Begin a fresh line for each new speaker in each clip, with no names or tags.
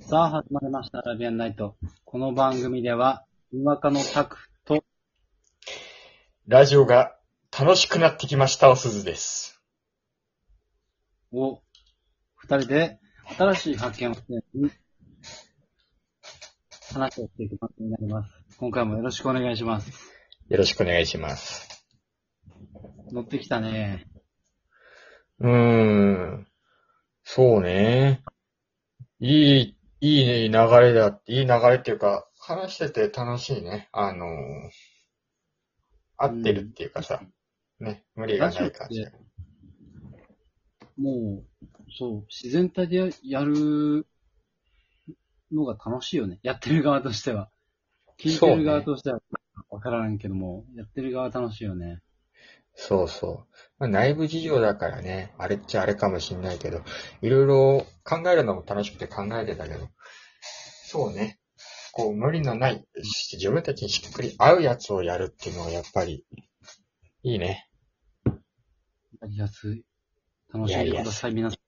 さあ、始まりました。アラビアンナイト。この番組では、にわかのタクと、
ラジオが楽しくなってきました、おすずです。
を、二人で、新しい発見をして、話をしていく番組になります。今回もよろしくお願いします。
よろしくお願いします。
乗ってきたね。
うーん。そうね。いい、いい流れだ、いい流れっていうか、話してて楽しいね。あのー合ってるっていうかさ、ね、無理がない感じ
ラ。ジもう、そう、自然体でややるのが楽しいよね。やってる側としては。聞いてる側としては、わからんけども、やってる側楽しいよね。
そうそう。まあ、内部事情だからね、あれっちゃあれかもしんないけど、いろいろ考えるのも楽しくて考えてたけど、そうね。こう、無理のない、し自分たちにしっくり合うやつをやるっていうのはやっぱり、いいね。
やりやすい。楽しんでください、皆さ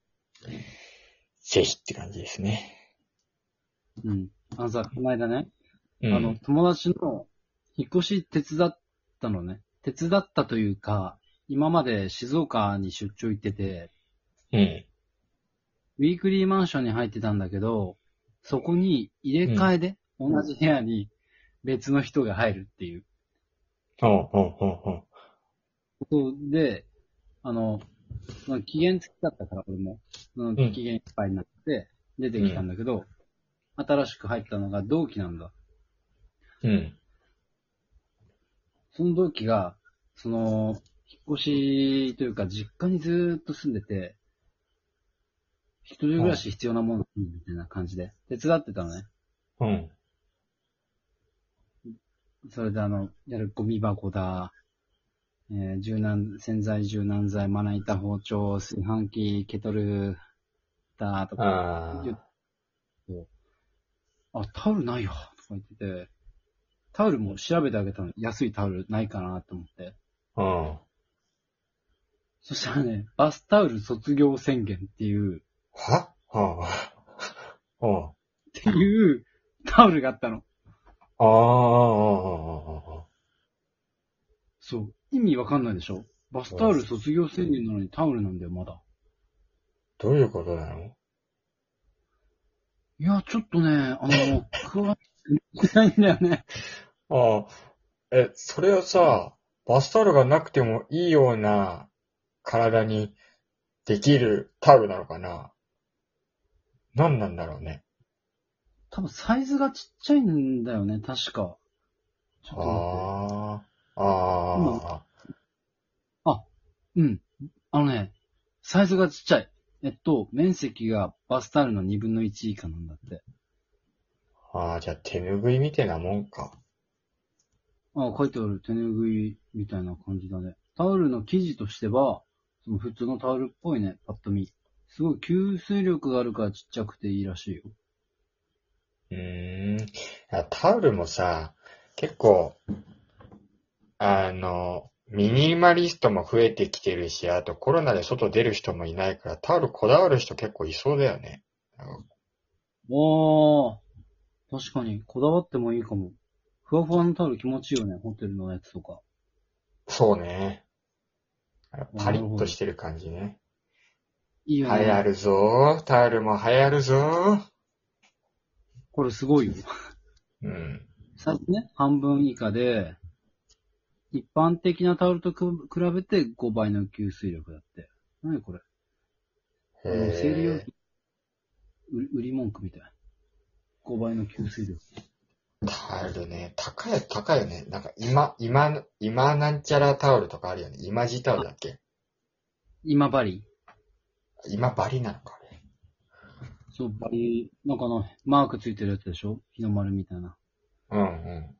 ぜひって感じですね。
ん。うん。あのさ、この間ね、
うん。
あの、友達の引っ越し手伝ったのね。手伝ったというか、今まで静岡に出張行ってて、
うん。
ウィークリーマンションに入ってたんだけど、そこに入れ替えで、同じ部屋に別の人が入るっていう
おうおうおうおう
ことで、あの、まあ、期限付きだったから、俺も。うん
うん
期限いっぱいになって、出てきたんだけど、新しく入ったのが同期なんだ。
うん。
その同期が、その、引っ越しというか、実家にずーっと住んでて、一人暮らし必要なものみたいな感じで、手伝ってたのね。
うん。
それであの、やるゴミ箱だ、えー柔軟、洗剤、柔軟剤、まな板、包丁、炊飯器、ケトル、だ、とか、
あ
言っ
ー
てあ、タオルないよ、とか言ってて、タオルも調べてあげたの、安いタオルないかなと思って。
うん。
そしたらね、バスタオル卒業宣言っていう、
はああ。うん。
っていうタオルがあったの。
ああ、ああ、ああ。
そう。意味わかんないでしょバスタオル卒業宣言なのにタオルなんだよ、まだ。
どういうことなの
いや、ちょっとね、あ の、詳しくないんだよね。
ああ、え、それはさ、バスタオルがなくてもいいような体にできるタオルなのかな何なんだろうね。
多分サイズがちっちゃいんだよね、確か。ちょっと待っ
ああ、あ
て。
あ、
うん。あのね、サイズがちっちゃい。えっと、面積がバスタオルの2分の1以下なんだって。
ああ、じゃあ手拭いみたいなもんか。
あ書いてある手拭いみたいな感じだね。タオルの生地としては、その普通のタオルっぽいね、パッと見。すごい吸水力があるからちっちゃくていいらしいよ。
うーん。いやタオルもさ、結構、あの、ミニマリストも増えてきてるし、あとコロナで外出る人もいないから、タオルこだわる人結構いそうだよね。
あー、確かに、こだわってもいいかも。ふわふわのタオル気持ちいいよね、ホテルのやつとか。
そうね。パリッとしてる感じね。
いい
流
よね。
行るぞー。タオルも流行るぞー。
これすごいよ。
うん。
サイズね、半分以下で、一般的なタオルとく比べて5倍の吸水力だって。何これ
へ
もう生理用
ー
品、売り売り文句みたい。5倍の吸水力。
タオルね。高い、高いよね。なんか今、今、今なんちゃらタオルとかあるよね。今ジタオルだっけ
今治
今バリなのかね。
そう、バリ、なんかあの、マークついてるやつでしょ日の丸みたいな。
うんうん。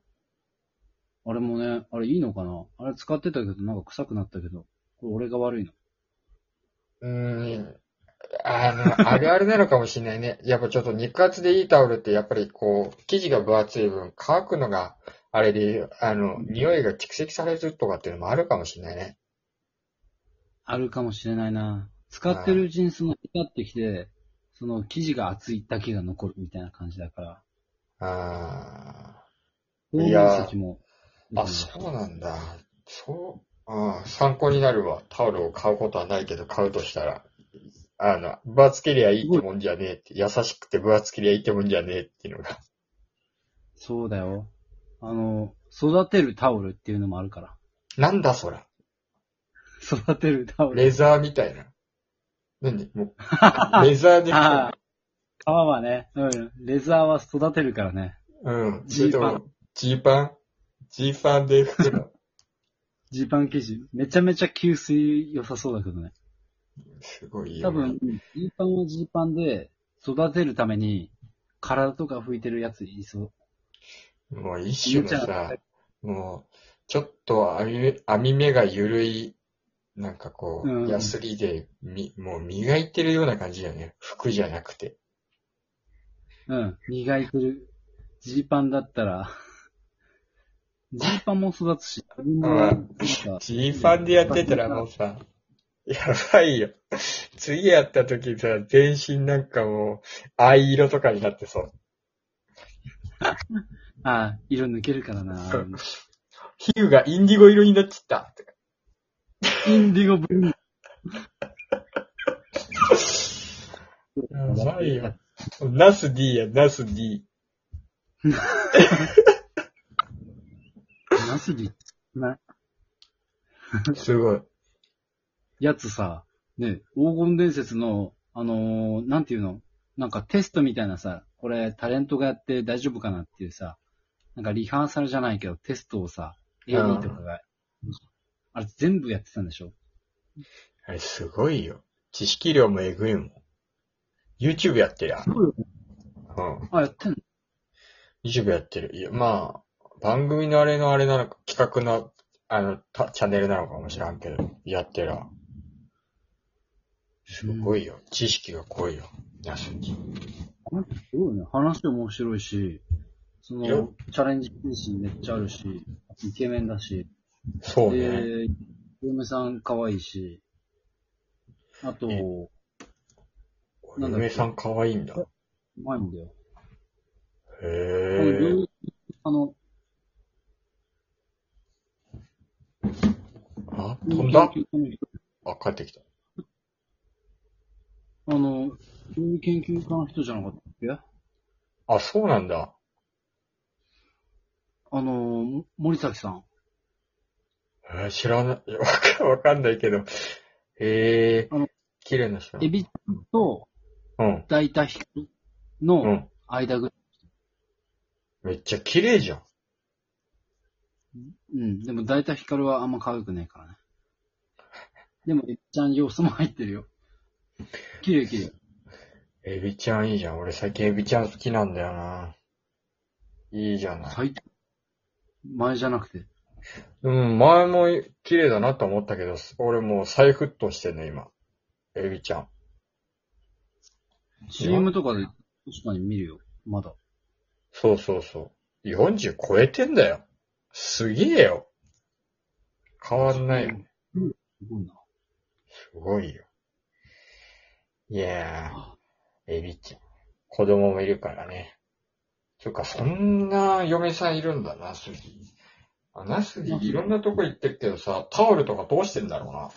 あれもね、あれいいのかなあれ使ってたけど、なんか臭くなったけど。これ俺が悪いの。
うーん。あの、あるあるなのかもしれないね。 やっぱちょっと肉厚でいいタオルって、やっぱりこう、生地が分厚い分、乾くのが、あれで、あの、匂いが蓄積されるとかっていうのもあるかもしれないね。
あるかもしれないな。使ってるうちにその、浸ってきて、その生地が厚いだけが残るみたいな感じだから、
あ
黄
いやー
金石も。
ーあ、そうなんだ。そう、あー参考になるわ。タオルを買うことはないけど、買うとしたら。あの、分厚けりゃいいってもんじゃねえって、優しくて分厚けりゃいいってもんじゃねえっていうのが。
そうだよ。あの、育てるタオルっていうのもあるから。
なんだそら。
育てるタオル。
レザーみたいな。何 もう、レザーで、
ああ。皮はね、うん。レザーは育てるからね。
うん。
ジーパン
それとも。ジーパンジーパンで拭くの。
ジーパン生地。めちゃめちゃ吸水良さそうだけどね。
すごいよ。
多分、ジーパンはジーパンで育てるために、体とか拭いてるやついそう。
もう一種の
無茶だ
さ、もう、ちょっと網目網目が緩い、なんかこう、
うん
ヤスリで、み、もう磨いてるような感じだよね。服じゃなくて。
うん。磨いてる。ジーパンだった ら、ジーパンも育つし、自分もなんか
ジーパンでやってたらもうさ、 やばいよ。次やった時さ、全身なんかもう、藍色とかになってそう。
ああ、色抜けるからな。
そう皮膚がインディゴ色になっちゃった。
インディゴブルー。
やばいよ。ナス D や、ナス D。
ナスリな
すごい。
やつさ、ね、黄金伝説の、あのーなんていうのなんかテストみたいなさ、これタレントがやって大丈夫かなっていうさ、なんかリハーサルじゃないけどテストをさ、AD とかが、あれ全部やってたんでしょ
あれすごいよ。知識量もえぐいもん。YouTube やってるやん。うん。
あ、やってんの
YouTube やってる。いや、まあ、番組のあれのあれなのか、企画の、あの、たチャンネルなのかもしらんけど、やってるわ。すごいよ。知識が濃いよ。ナス D。
すごいね。話面白いし、そ
いや
の、チャレンジ精神めっちゃあるし、イケメンだし、
そうね。
で、嫁さん可愛いし、あと、うなんだっけ
嫁さん可愛いんだ。
まいんだよ。
へ
あの
え
両。あの、
あ、飛んだ
研究家の人
あ、帰ってきた。
あの、そういう研究家の人じゃなかったっけ
あ、そうなんだ。
あの、も森崎さん。
えー知らないい や、わかわかんないけど。え
あの
ー、綺麗な人。
エビちゃんと
うん、
大田ヒカル
う
の
ん。
間ぐらい。
めっちゃ綺麗じゃん。
うん、でも大田ヒカルはあんま可愛くないからね。でも、エビちゃん要素も入ってるよ。綺麗綺麗。
エビちゃんいいじゃん。俺最近エビちゃん好きなんだよな。いいじゃない。
最低。前じゃなくて。
うん、前も綺麗だなと思ったけど、俺もう再沸騰してんね、今。エビちゃん。
CM とかで確かに見るよ。まだ。
そうそうそう。40超えてんだよ。すげえよ。変わんないよ。
うん。すごいな。
すごいよ。いやー、エビちゃん。子供もいるからね。そっか、そんな嫁さんいるんだな、ナスギ。あ、ナスギいろんなとこ行ってるけどさ、タオルとかどうしてんだろうな。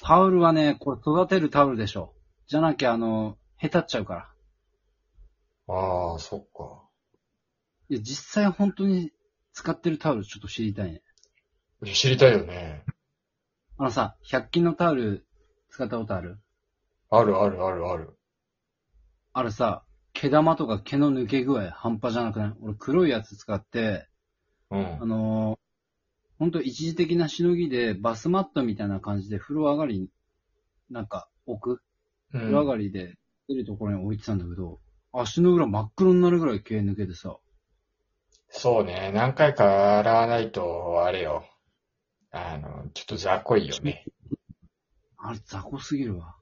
タオルはね、これ育てるタオルでしょ。じゃなきゃ、あの、下手っちゃうから。
ああ、そっか。
いや、実際本当に使ってるタオルちょっと知りたいね。
知りたいよね。
あのさ、100均のタオル使ったことある
あるあるあるある。
あれさ、毛玉とか毛の抜け具合半端じゃなくない俺黒いやつ使って、
う
あ
ん。
のー、ほんと一時的なしのぎでバスマットみたいな感じで風呂上がりに、なんか置く
う
風呂上
ん、
がりで出るところに置いてたんだけど、足の裏真っ黒になるぐらい毛抜けてさ、
そうね。何回か洗わないと、あれよ。あの、ちょっと雑魚いよね。
あれ雑魚すぎるわ。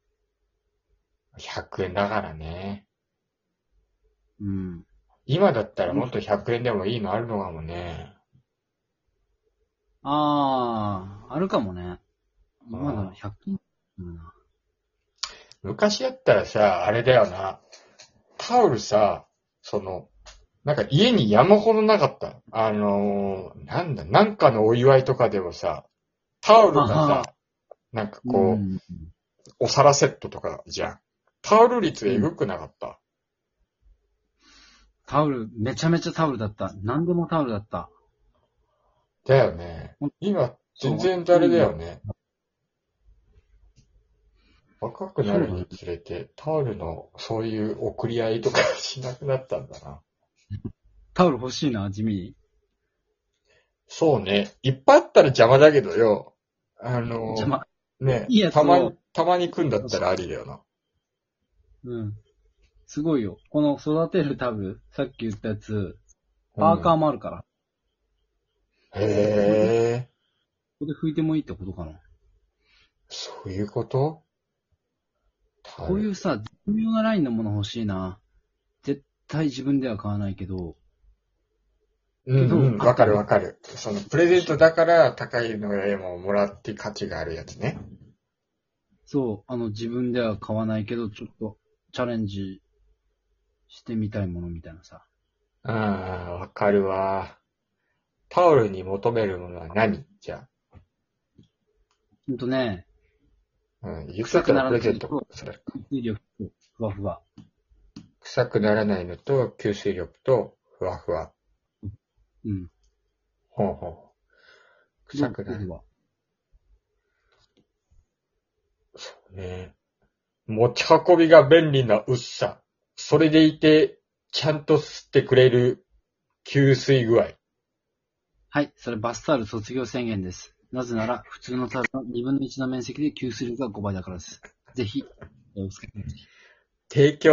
100円だからね。
うん。
今だったらもっと100円でもいいのあるのかもね。
あー、あるかもね。今なら100均だな。
昔やったらさ、あれだよな。タオルさ、その、なんか家に山ほどなかった。あのーなんだ、なんかのお祝いとかでもさ、タオルが
あ
さ
は、
なんかこう、
うん。
お皿セットとかじゃん。タオル率えぐくなかった。
タオル、めちゃめちゃタオルだった。何でもタオルだった。
だよね。今、全然誰だよね。若くなるにつれて、タオルのそういう送り合いとかしなくなったんだな。
タオル欲しいな、地味に。
そうね。いっぱいあったら邪魔だけどよ。あの、
邪魔。
ね
いいやつを
たまに、たまに来んだったらありだよな。
うん。すごいよ。この育てるタオル、さっき言ったやつ、パーカー
ー。
もあるから。
へえ、
ここで拭いてもいいってことかな。
そういうことタオ
こう
ル
いうさ、絶妙なラインのもの欲しいな。絶対自分では買わないけど、
うんうん、
どう
わかるわかる。その、プレゼントだから高いのでももらって価値があるやつね。
そう、あの、自分では買わないけど、ちょっとチャレンジしてみたいものみたいなさ。
ああ、わかるわ。タオルに求めるものは何じゃ
ほんとね、
あ。うん、豊かなプレゼント。それ
吸水力とふわふわ。
臭くならないのと、吸水力と、ふわふわ。
うん。
ほうほう。臭くな
ふ
る。
わ
ね持ち運びが便利な薄さ。それでいて、ちゃんと吸ってくれる吸水具合。
はい、それバスタオル卒業宣言です。なぜなら、普通のタオルの2分の1の面積で吸水力が5倍だからです。ぜひ、えーお使いください。
提供